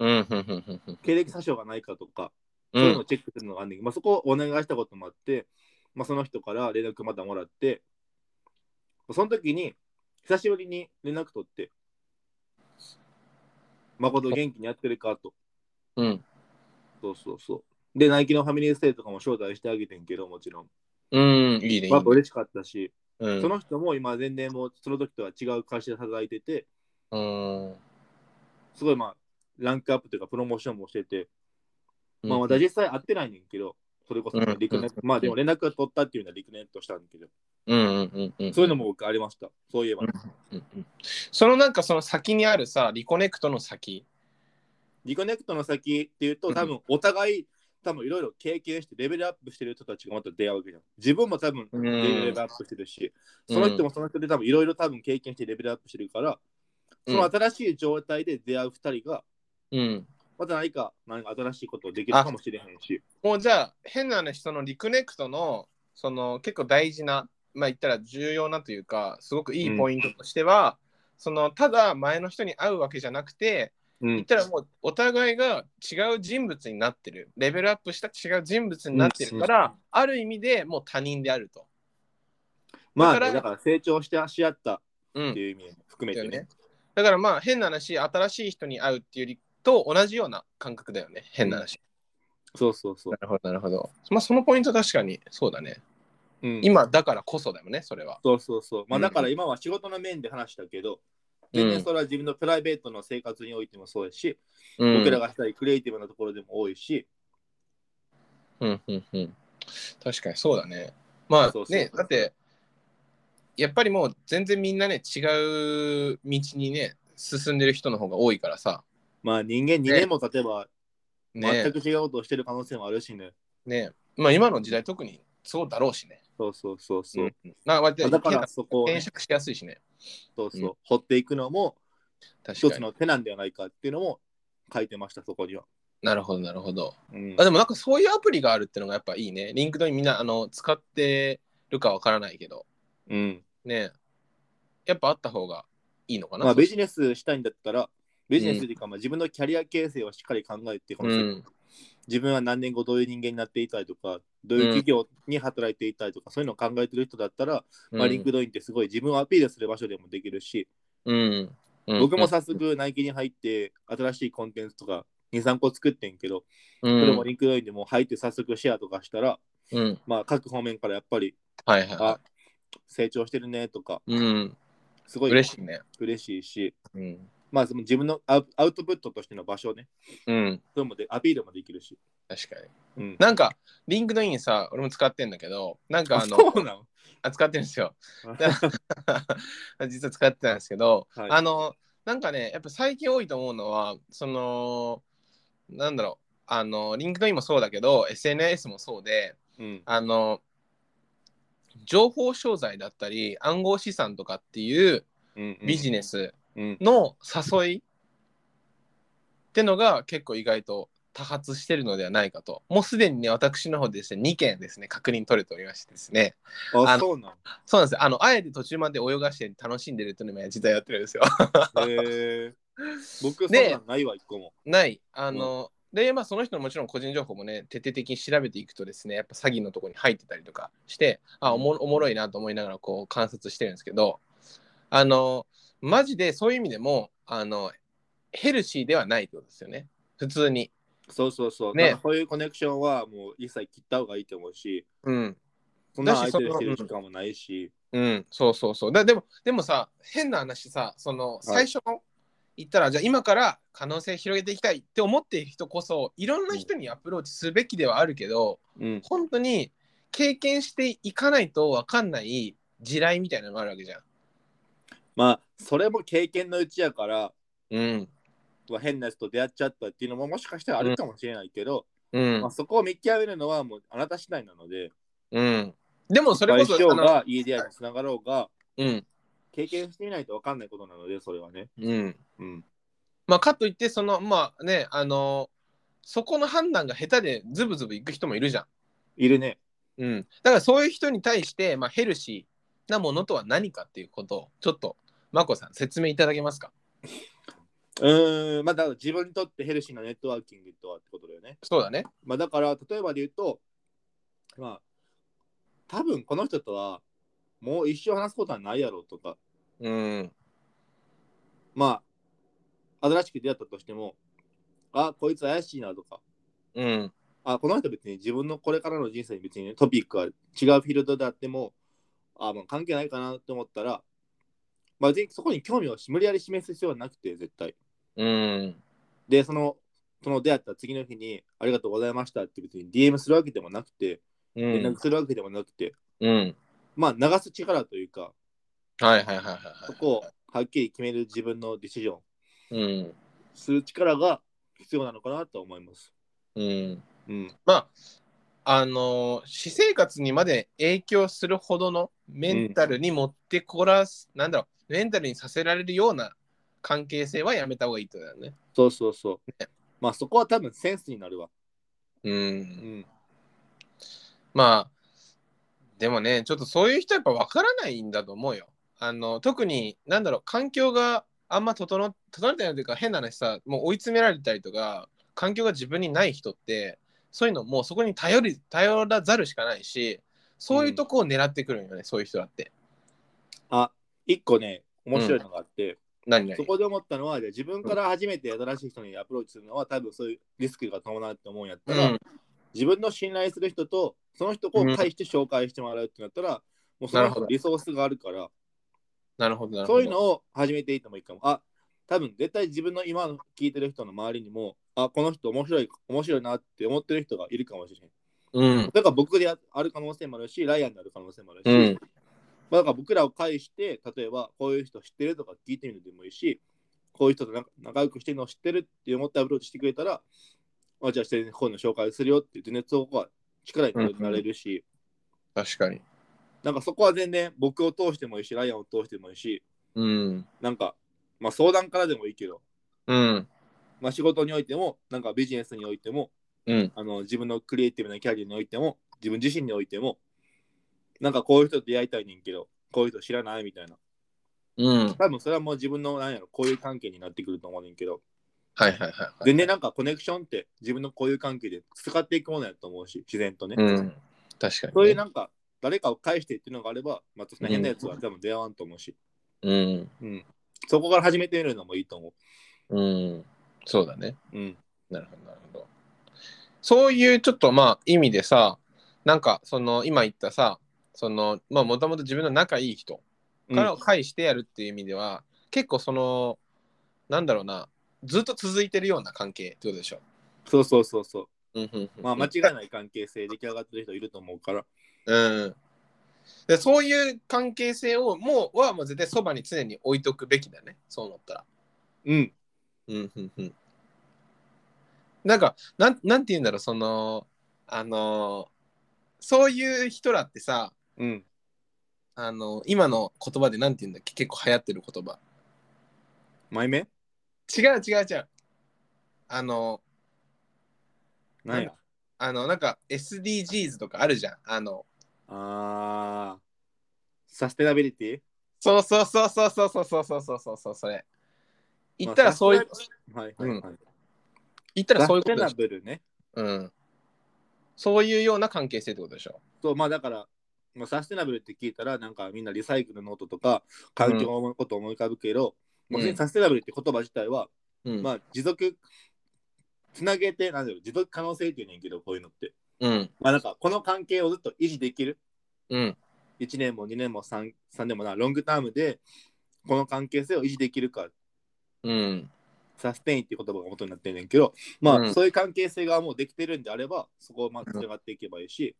A: うんふんふんふんふん
B: 経歴詐称がないかとか、
A: う
B: そういうの
A: ん
B: をチェックするのがあるんだけど、まあ、そこをお願いしたこともあって、まあ、その人から連絡またもらって、その時に、久しぶりに連絡取って、誠元気にやってるかと。
A: うん
B: そうそうそう。で、ナイキのファミリーステイとかも招待してあげてんけど、もちろん。
A: うんいいねいいね
B: まあ、嬉しかったし、
A: うん
B: その人も今全然もうその時とは違う会社で働いてて、
A: うん
B: すごいまあ、ランクアップというかプロモーションもしてて、まあ、
A: うん
B: まだ実際会ってないねんけど、それこそね
A: うん
B: リクネット、
A: うん
B: まあでも連絡を取ったっていうのはリクネットしたんだけど、
A: うんうんうんうん
B: そういうのも僕ありました。そういえば、
A: うんうんそのなんかその先にあるさリコネクトの先
B: リコネクトの先っていうと、多分お互い、多分いろいろ経験してレベルアップしてる人たちがまた出会うわけじゃん。自分も多分
A: うん
B: レベルアップしてるし、その人もその人で多分いろいろ多分経験してレベルアップしてるから、その新しい状態で出会う二人が、
A: うん
B: また何か何か新しいことをできるかもしれへんし、
A: もうじゃあ変な話そのリコネクトのその結構大事なまあ言ったら重要なというかすごくいいポイントとしては、そのただ前の人に会うわけじゃなくて
B: うん
A: 言ったらもうお互いが違う人物になってるレベルアップした違う人物になってるから、ある意味でもう他人であると。
B: まあ
A: だか
B: ね、
A: ら
B: だから成長してし合ったっ
A: うん
B: ていう意味も含めて
A: だよ
B: ね
A: ね。だからまあ変な話新しい人に会うっていうよりと同じような感覚だよね変な話、
B: そうそうそう。
A: るほどなるほどまあそのポイント確かにそうだね
B: うん、
A: 今だからこそだよねそれは
B: そうそうそう。ま
A: う
B: あ
A: ん
B: だから今は仕事の面で話したけ
A: う
B: ど、
A: ん
B: 全然それは自分のプライベートの生活においてもそうやし、
A: うん
B: 僕らがしたりクリエイティブなところでも多いし、
A: うんうんうん確かにそうだねまあ
B: そうそう
A: ねだってやっぱりもう全然みんなね違う道にね進んでる人の方が多いからさ
B: まあ人間2年も経てば
A: ね
B: 全く違うことをしてる可能性もあるしね。
A: ねまあ今の時代特にそうだろうしね
B: そうそうそうそう。
A: んまあ割
B: ま
A: と
B: あだからそこをね、
A: 転職しやすいしね
B: そうそう、
A: うん
B: 掘っていくのも
A: 確か
B: 一
A: に
B: つの手なんではないかっていうのも書いてました、そこには。
A: なるほどなるほど
B: うん
A: あでもなんかそういうアプリがあるってのがやっぱいいね。リンクドインみんなあの使ってるかわからないけど、
B: うん
A: ねやっぱあった方がいいのかな。
B: まあ、
A: そう
B: ビ
A: し
B: ジネスしたいんだったら、ビジネスというか、まあ、自分のキャリア形成をしっかり考えて、この
A: うん
B: 自分は何年後どういう人間になっていたいとか、どういう企業に働いていたいとか、そういうのを考えてる人だったら、まあ、リンクドインってすごい自分をアピールする場所でもできるし、
A: うんうん
B: 僕も早速ナイキに入って、新しいコンテンツとか2、3個作ってんけど、
A: うん
B: それもリンクドインでもう入って早速シェアとかしたら、
A: うん
B: まあ、各方面からやっぱり、
A: はいはいは
B: あ成長してるねとか、
A: い。うん、
B: すごい
A: 嬉しいね。
B: 嬉しいし、
A: うん、
B: まあ、その自分のアウアウトプットとしての場所ね、
A: うん、
B: それもでアピールもできるし。
A: 確かに。
B: うん、
A: なんかリンクドインさ、俺も使ってんだけど、なんかあの、
B: *laughs* そうなの
A: あ使ってるんですよ。 *laughs* 実は使ってたんですけど、
B: はい
A: あのなんかねやっぱ最近多いと思うのはそのなんだろうあのリンクドインもそうだけど SNS もそうで
B: うん、
A: あの情報商材だったり暗号資産とかっていう
B: うん
A: ビジネス
B: うん
A: の誘いってのが結構意外と多発してるのではないかともうすでにね私の方でですね2件ですね確認取れておりましてですね
B: あ
A: あの
B: そうな
A: そうなんですよあのあえて途中まで泳がして楽しんでるっていうのも実はやってるんですよ *laughs*
B: の。へえ。僕、そん
A: で
B: なんないわ、一個も。
A: ないあの、でまあその人のもちろん個人情報もね徹底的に調べていくとですねやっぱ詐欺のとこに入ってたりとかしてあおもおもろいなと思いながらこう観察してるんですけどあのマジでそういう意味でもあのヘルシーではないってことですよね普通に
B: そうそうそう。
A: ね
B: ね、そういうコネクションはもう一切切った方がいいと思うし、
A: うん
B: そんな
A: だし
B: 相手をしてる
A: そ
B: 時
A: の
B: 間もないし。
A: うん、そうそうそう。だでも、でもさ、変な話さ、その最初の言ったら、じゃあ今から可能性広げていきたいって思っている人こそ、いろんな人にアプローチすべきではあるけど、
B: うん。
A: 本当に経験していかないと分かんない地雷みたいなのがあるわけじゃん。
B: まあ、それも経験のうちやから、
A: うん。
B: 変なやつと出会っちゃったっていうのももしかしたらあるかもしれないけど、
A: うん
B: まあ、。そこを見極めるのはもうあなた次第なので、
A: うん。でもそれこそ、
B: 相性
A: あの
B: がいい出会いにつながろうが、
A: うん。
B: 経験してみないと分かんないことなので、それはね。
A: うん。
B: うん。
A: まあ、かといって、その、まあね、あの、そこの判断が下手でズブズブいく人もいるじゃん。
B: いるね。
A: うん、だからそういう人に対して、まあ、ヘルシーなものとは何かっていうことをちょっと眞子さん説明いただけますか
B: うーん、まあ、だから自分にとってヘルシーなネットワーキングとはってことだよね。
A: そうだね
B: まあ、だから、例えばで言うと、まあ、多分この人とは、もう一生話すことはないやろうとか、
A: うん
B: まあ、新しく出会ったとしても、あ、こいつ怪しいなとか、
A: うん
B: あ、この人別に自分のこれからの人生に別に、ね、トピックは違うフィールドであっても、あ、まあ、関係ないかなと思ったら、まあ、ぜそこに興味を無理やり示す必要はなくて、絶対。
A: うん
B: で、その、その出会った次の日に、ありがとうございましたって別に DM するわけでもなくて、
A: うん
B: 連絡するわけでもなくて、
A: うん
B: まあ流す力というか、
A: はいはいはいはい
B: そこをはっきり決める自分のディシジョン
A: うん
B: する力が必要なのかなと思います。
A: うん
B: うん。
A: まああのー私生活にまで影響するほどのメンタルに持ってこらす、なんだろうメンタルにさせられるような関係性はやめた方がいいってことだよね
B: そうそうそう。まあそこは多分センスになるわ。
A: うん
B: うん。
A: まあでもねちょっとそういう人はやっぱ分からないんだと思うよ。あの特になんだろう環境があんま整っ整ってないというか変な話さもう追い詰められたりとか環境が自分にない人ってそういうのもうそこに頼り頼らざるしかないしそういうとこを狙ってくるんよね、そういう人だって。
B: あ、一個ね、面白いのがあって、
A: 何々
B: そこで思ったのは、じゃあ自分から初めて新しい人にアプローチするのは多分そういうリスクが伴うって思うんやったら、
A: うん
B: 自分の信頼する人とその人を介して紹介してもらうってなったら、もうそ
A: な
B: の
A: るほ
B: 人
A: ど
B: リソースがあるから、
A: なるほどなるほど。
B: そういうのを始めていってもいいかも。あ、多分絶対自分の今の聞いてる人の周りにも、あ、この人面白い、面白いなって思ってる人がいるかもしれない。
A: うん
B: だから僕であある可能性もあるし、ライアンである可能性もあるし、
A: うん
B: まあ、だから僕らを介して、例えばこういう人知ってるとか聞いてみるでもいいし、こういう人となんか仲良くしてるのを知ってるって思ってアプローチしてくれたら、あじゃあ人にこういうの紹介するよって言って、そこは力になれるし、
A: 確かに。
B: なんかそこは全然僕を通してもいいし、ライアンを通してもいいし、
A: うん
B: なんか、まあ、相談からでもいいけど、
A: うん
B: まあ、仕事においても、なんかビジネスにおいても、
A: うん
B: あの自分のクリエイティブなキャリアにおいても、自分自身においても、なんかこういう人と出会いたいねんけど、こういう人知らないみたいな。
A: うん
B: 多分それはもう自分のなんやろ、こういう関係になってくると思うねんけど、
A: はいはいはいはい。
B: 全然なんかコネクションって自分のこういう関係で使っていくものやと思うし、自然とね。
A: うん確かにね、
B: そういうなんか、誰かを介してっていうのがあれば、またその変なやつは多分出会わんと思うし、
A: うん
B: うん。そこから始めてみるのもいいと思
A: うんそうだね。
B: う。うん。
A: なるほどなるほど。そういうちょっとまあ意味でさなんかその今言ったさそのまあもともと自分の仲いい人からを介してやるっていう意味では、結構そのなんだろうなずっと続いてるような関係ってことでしょ。
B: そうそうそうそう。
A: うんうんうん
B: まあ間違いない関係性出来上がってる人いると思うから。
A: うん、でそういう関係性をもうはもう絶対そばに常に置いとくべきだねそう思ったら。
B: うん。
A: うんうんうん。なんか、なんなんて言うんだろう、その、あの、そういう人らってさ、
B: うん。
A: あの、今の言葉でなんて言うんだっけ、結構流行ってる言葉。
B: 前目
A: 違う違う違う。あの、
B: なんや
A: あの、なんか SDGs とかあるじゃん。あの、
B: あーサステナビリテ
A: そうそうそうそうそうそうそうそうそうそうそれ。言ったらそういう
B: まあ、ィはいはいはい。
A: 言ったら
B: サ
A: そうい
B: ス
A: うこと
B: テ
A: で
B: ナ
A: しょ。
B: ブルね。
A: うん。そういうような関係性ってことでしょ。
B: そう、まあだから、まあ、サステナブルって聞いたら、なんかみんなリサイクルの音とか、環境のことを思い浮かぶけど、
A: うん
B: 別にサステナブルって言葉自体は、
A: うん。
B: まあ持続、つなげて、なんだろう、持続可能性っていうねんけど、こういうのって。
A: うん。
B: まあなんか、この関係をずっと維持できる、
A: うん。
B: 1年も2年も 3, 3年もな、ロングタームで、この関係性を維持できるか、
A: うん。
B: サステインっていう言葉が元になってんねんけど、まあ、
A: うん
B: そういう関係性がもうできてるんであれば、そこをまあつながっていけばいいし、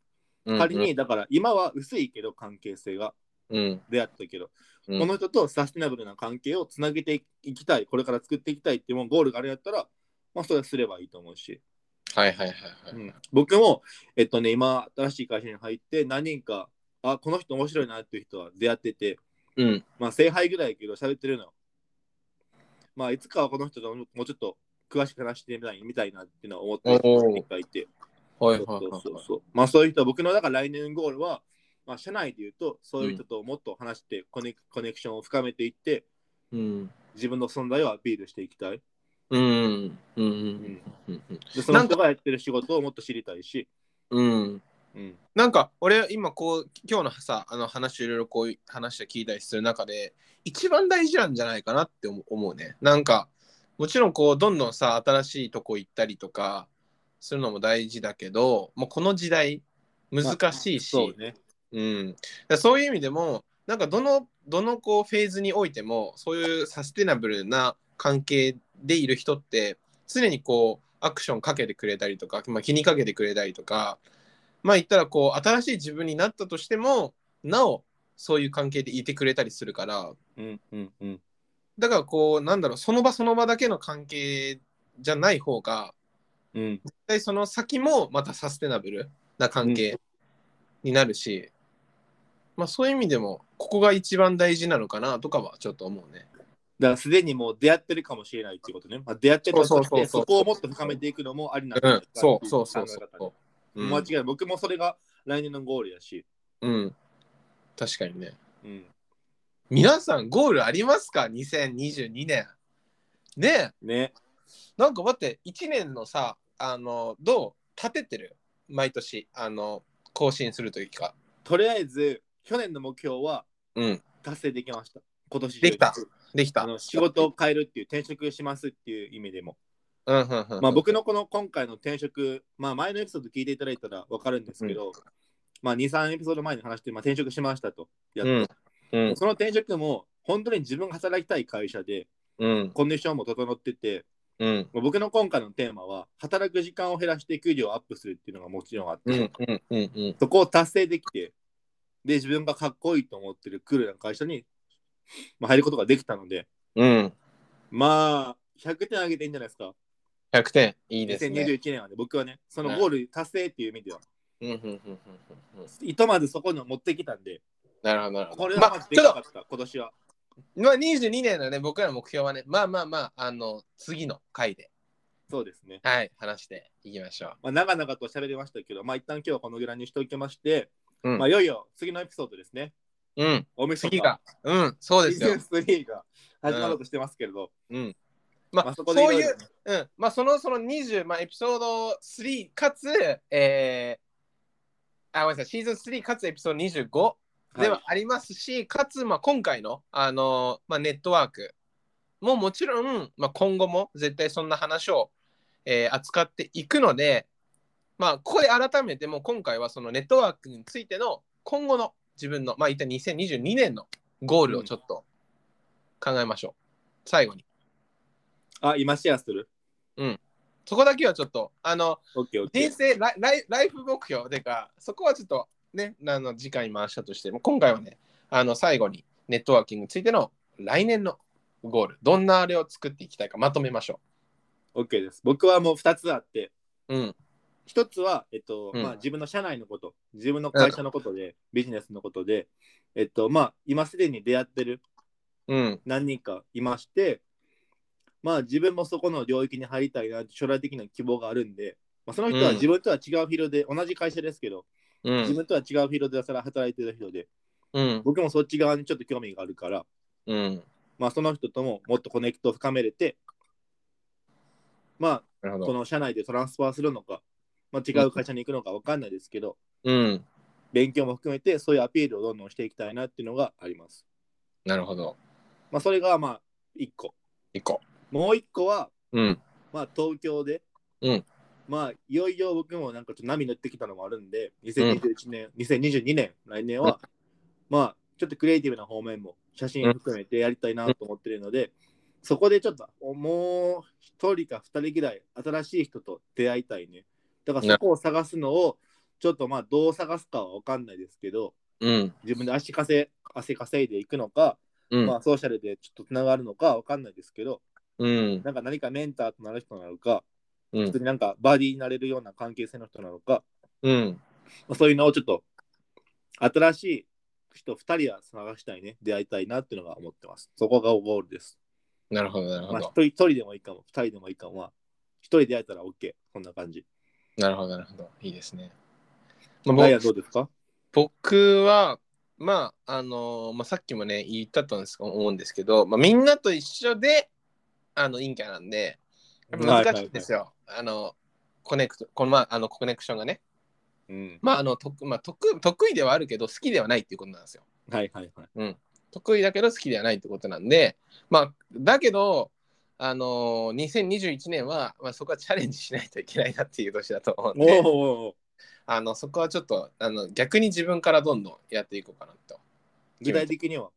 A: うん
B: 仮、に、だから今は薄いけど、関係性が。
A: うん。
B: 出会ったけど、
A: うん
B: この人とサステナブルな関係をつなげていきたい、これから作っていきたいっていうもうゴールがあれやったら、まあ、それはすればいいと思うし、
A: はいはいはいはい。
B: うん僕も、えっとね、今、新しい会社に入って、何人か、あ、この人面白いなっていう人は出会ってて、
A: うん。
B: まあ、聖杯ぐらいやけど、喋ってるのよ。まあ、いつかはこの人ともうちょっと詳しく話してみたいみたいなっていうのは思ってる
A: おー
B: 人がいて、
A: はい
B: そう
A: はいはい
B: そう
A: はい
B: そうそう。まあそういう人、僕のだから来年ゴールは、まあ社内で言うと、そういう人ともっと話してコネ,、コネクションを深めていって、
A: うん。
B: 自分の存在をアピールしていきたい。
A: うん。うん。うん。うん。
B: で、その人がやってる仕事をもっと知りたいし、
A: うん。
B: うん。
A: なんか俺今こう今日のさあの話をいろいろこう話して聞いたりする中で一番大事なんじゃないかなって思う思うねなんかもちろんこうどんどんさ新しいとこ行ったりとかするのも大事だけどもうこの時代難しいし、
B: そうね。
A: うん、だからそういう意味でもなんかどのどのこうフェーズにおいてもそういうサステナブルな関係でいる人って常にこうアクションかけてくれたりとか、まあ、気にかけてくれたりとかまあ言ったらこう新しい自分になったとしてもなおそういう関係でいてくれたりするから
B: うんうんうん。
A: だからこうなんだろうその場その場だけの関係じゃない方が
B: うん、
A: 絶対その先もまたサステナブルな関係になるし、まあそういう意味でもここが一番大事なのかなとかはちょっと思うね。
B: だからすでにもう出会ってるかもしれないっていうことね。まあ、出会ってるとして
A: そ
B: そう
A: そうそうそう
B: こをもっと深めていくのもありなの
A: う
B: かなっ
A: ん
B: てい、
A: そうそうそう
B: 考え方ね
A: そう。
B: もう間違いない。僕もそれが来年のゴールやし。
A: うん、うん、確かにね。
B: うん。
A: 皆さんゴールありますか ?2022 年。ねえ、
B: ね。
A: なんか待って、1年のさ、あの、どう立ててる毎年、あの、更新するというか。
B: とりあえず、去年の目標は
A: うん、
B: 達成できました。今年中に
A: できたできた。
B: あの仕事を変えるっていう転職しますっていう意味でも、
A: うん、うん、うん。
B: まあ、僕のこの今回の転職、まあ、前のエピソード聞いていただいたら分かるんですけど、まあ、23エピソード前に話して、まあ、転職しましたとやっ
A: う
B: て
A: ん、うん、
B: その転職も本当に自分が働きたい会社で
A: うん、
B: コンディションも整ってて
A: うん、
B: まあ僕の今回のテーマは働く時間を減らして給料をアップするっていうのがもちろんあって、
A: うん、うん、うん、うん。
B: そこを達成できてで自分がかっこいいと思ってるクールな会社に、まあ、入ることができたので
A: うん。
B: まあ100点あげていいんじゃないですか
A: 100点。いいですね。
B: 2021年はね、僕はね、そのゴール達成っていう意味では、
A: うんうんうんうんうんうん
B: ひとまずそこに持ってきたんで、
A: なるほど、なる
B: こ
A: ほ
B: れ
A: ど。
B: は
A: ま
B: ま
A: あ
B: ず、で
A: ち
B: き
A: ょっ
B: な
A: と
B: か、った、今年は。
A: まあ、22年のね、僕らの目標はね、まあまあまあ、あの、次の回で、
B: そうですね。
A: はい、話していきましょ
B: まあ、長々と喋りましたけど、まあ、一旦今日はこのぐらいにしておきまして、
A: うん
B: まあ、いよいよ次のエピソードですね。
A: う。うん、
B: おみそ
A: 次が、うん、そうですよ。
B: 3が始まろうとしてますけれど、
A: うん。まあ、
B: まあ、
A: そ
B: そこで
A: う
B: いろい
A: い
B: ろ
A: う、うん、まあ、その、その20、まあ、エピソード3かつ、えー、あ、ごめんなさい、シーズン3かつエピソード25。ではありますし、かつ、まあ、今回の、あのまあ、ネットワークももちろん、まあ、今後も絶対そんな話を、えー扱っていくので、まあ、ここで改めてもう今回はそのネットワークについての今後の自分の、まあ、一体2022年のゴールをちょっと考えましょう、最後に
B: はいあ、今シェアする。
A: そこだけはちょっとあの
B: OK、OK
A: 人。生ライライライフ目標ていうかそこはちょっとねあの次回に回したとしても今回はねあの最後にネットワーキングについての来年のゴールどんなあれを作っていきたいかまとめましょ
B: OK です。僕はもう2つあって、
A: ううん
B: 1つは、えっと
A: うん
B: まあ、自分の社内のこと、自分の会社のことで、ビジネスのことで、えっとまあ、今すでに出会ってる
A: うん
B: 何人かいまして、まあ自分もそこの領域に入りたいな、将来的な希望があるんで、まあ、その人は
A: うん
B: 自分とは違うフィールドで、同じ会社ですけど、
A: う
B: 自
A: ん。
B: 分とは違うフィールドでから働いてる人で、
A: うん。
B: 僕もそっち側にちょっと興味があるから、
A: うん。
B: まあ、その人とももっとコネクトを深めれて、ま
A: なるほ
B: あ、こ
A: ど。
B: の社内でトランスファーするのか、まあ、違う会社に行くのか分かんないですけど、
A: うん。
B: 勉強も含めてそういうアピールをどんどんしていきたいなっていうのがあります。
A: なるほど。
B: まあ、それがまあ1個。
A: 行こ
B: もう1個は、
A: う。うん。
B: まあ、東京で、
A: うん
B: まあ、いよいよ僕もなんかちょっと波乗ってきたのもあるんで、2021年、2022年、来年は、まあ、ちょっとクリエイティブな方面も写真含めてやりたいなと思ってるので、そこでちょっともう一人か二人ぐらい新しい人と出会いたいね。だからそこを探すのを、ちょっとまあどう探すかは分かんないですけど、
A: うん。
B: 自分で足稼い汗稼いでいくのか、
A: うん。
B: まあソーシャルでちょっとつながるのかは分かんないですけど、
A: うん。
B: なんか何かメンターとなる人なのか、
A: う
B: 普
A: ん
B: 通。になんかバディになれるような関係性の人なのか、
A: うん。
B: まあ、そういうのをちょっと新しい人2人は探したいね、出会いたいなっていうのが思ってます。そこがゴールです。
A: なるほど。なる
B: ま
A: ほ
B: あ、1
A: ど。
B: 人一人でもいいかも、2人でもいいかも、まあ、1人出会えたら OK、こんな感じ。
A: なるほど。なるほど。いいですね。まあ
B: ダイヤどうですか
A: 僕はまああのまあ、さっきもね言ったと思うんですけど、まあ、みんなと一緒であの陰キャなんでやっぱ難しいんですよ、あのコネクトこの,、まあ、あのコネクションがね
B: うん。
A: まああの得、まあ、得得意ではあるけど好きではないっていうことなんですよ
B: はいはいはい。
A: 得意だけど好きではないってことなんでまあだけどあの2021年は、まあ、そこはチャレンジしないといけないなっていう年だと思うん
B: おー
A: で
B: おーおー
A: あのそこはちょっとあの逆に自分からどんどんやっていこうかなと
B: 具体的には。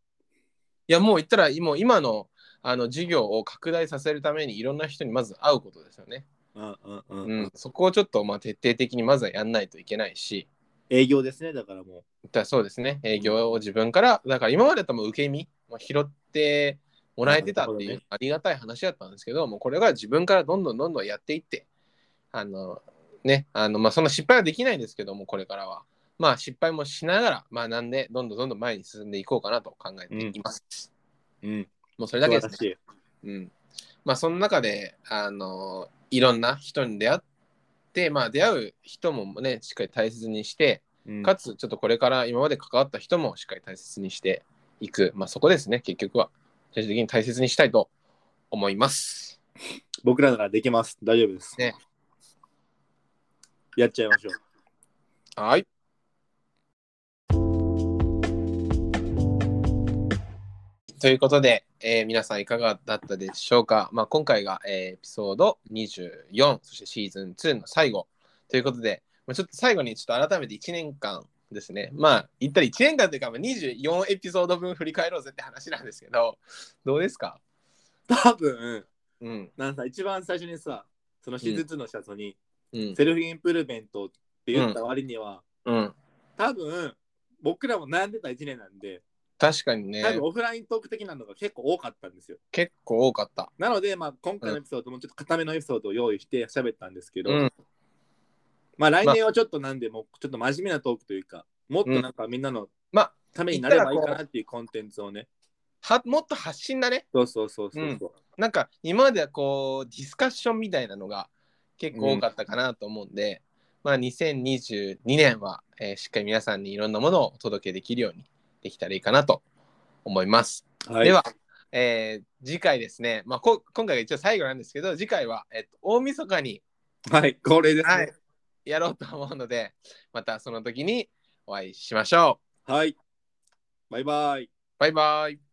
A: いやもう言ったらもう今のあの授業を拡大させるためにいろんな人にまず会うことですよね。
B: うんうんうん
A: う
B: うん
A: ん、そこをちょっとまあ徹底的にまずはやんないといけないし、
B: 営業ですね、だからも
A: 言ったらそうですね、営業を自分から、だから今までとも受け身、まあ、拾ってもらえてたって
B: なる
A: い
B: ほど
A: う
B: ね
A: ありがたい話だったんですけど、もうこれが自分からどんどんどんどんやっていって、あのね、あのまあそんな失敗はできないですけども、これからは。まあ失敗もしながら、まあなんで、どんどんどんどん前に進んでいこうかなと考えています。
B: う。うん。
A: もうそれだ
B: 素
A: けで
B: 晴
A: す
B: ら
A: ね
B: し。い。
A: うん、まあその中であのいろんな人に出会って、まあ、出会う人もねしっかり大切にして
B: うん
A: かつちょっとこれから今まで関わった人もしっかり大切にしていく、まあ、そこですね結局は最終的に大切にしたいと思います
B: 僕らならできます。大丈夫です。
A: ね
B: やっちゃいましょう。
A: はいということで、えー皆さんいかがだったでしょうか、まあ、今回が、えーエピソード24そしてシーズン2の最後ということで、まあ、ちょっと最後にちょっと改めて1年間ですねまあ言ったら1年間というかまあ24エピソード分振り返ろうぜって話なんですけどどうですか
B: 多分
A: うん
B: なんかさ一番最初にさそのシーズン2のシャツに、
A: うん
B: セルフインプルーメントって言った割には、
A: うん
B: 多分僕らも悩んでた1年なんで
A: 確かに
B: 多
A: ね
B: 分オフライントーク的なのが結構多かったんですよ、
A: 結構多かった
B: なのでまあ今回のエピソードもちょっと固めのエピソードを用意して喋ったんですけど、
A: うん
B: まあ来年はちょっとなんでもうちょっと真面目なトークというかもっとなんかみんなの
A: まあ
B: ためになればいいかなっていうコンテンツをね
A: はもっと発信だね
B: そうそうそうそうそう、
A: なんか今まではこうディスカッションみたいなのが結構多かったかなと思うんで、まあ2022年は、えーしっかり皆さんにいろんなものをお届けできるようにできたらいいかなと思います。
B: はい
A: では、えー次回ですね、まあ、こ今回が一応最後なんですけど次回は、えっと、大晦日に、
B: はい恒例ですね
A: はい、やろうと思うのでまたその時にお会いしましょう。
B: はい、バイバイ
A: バイバイ。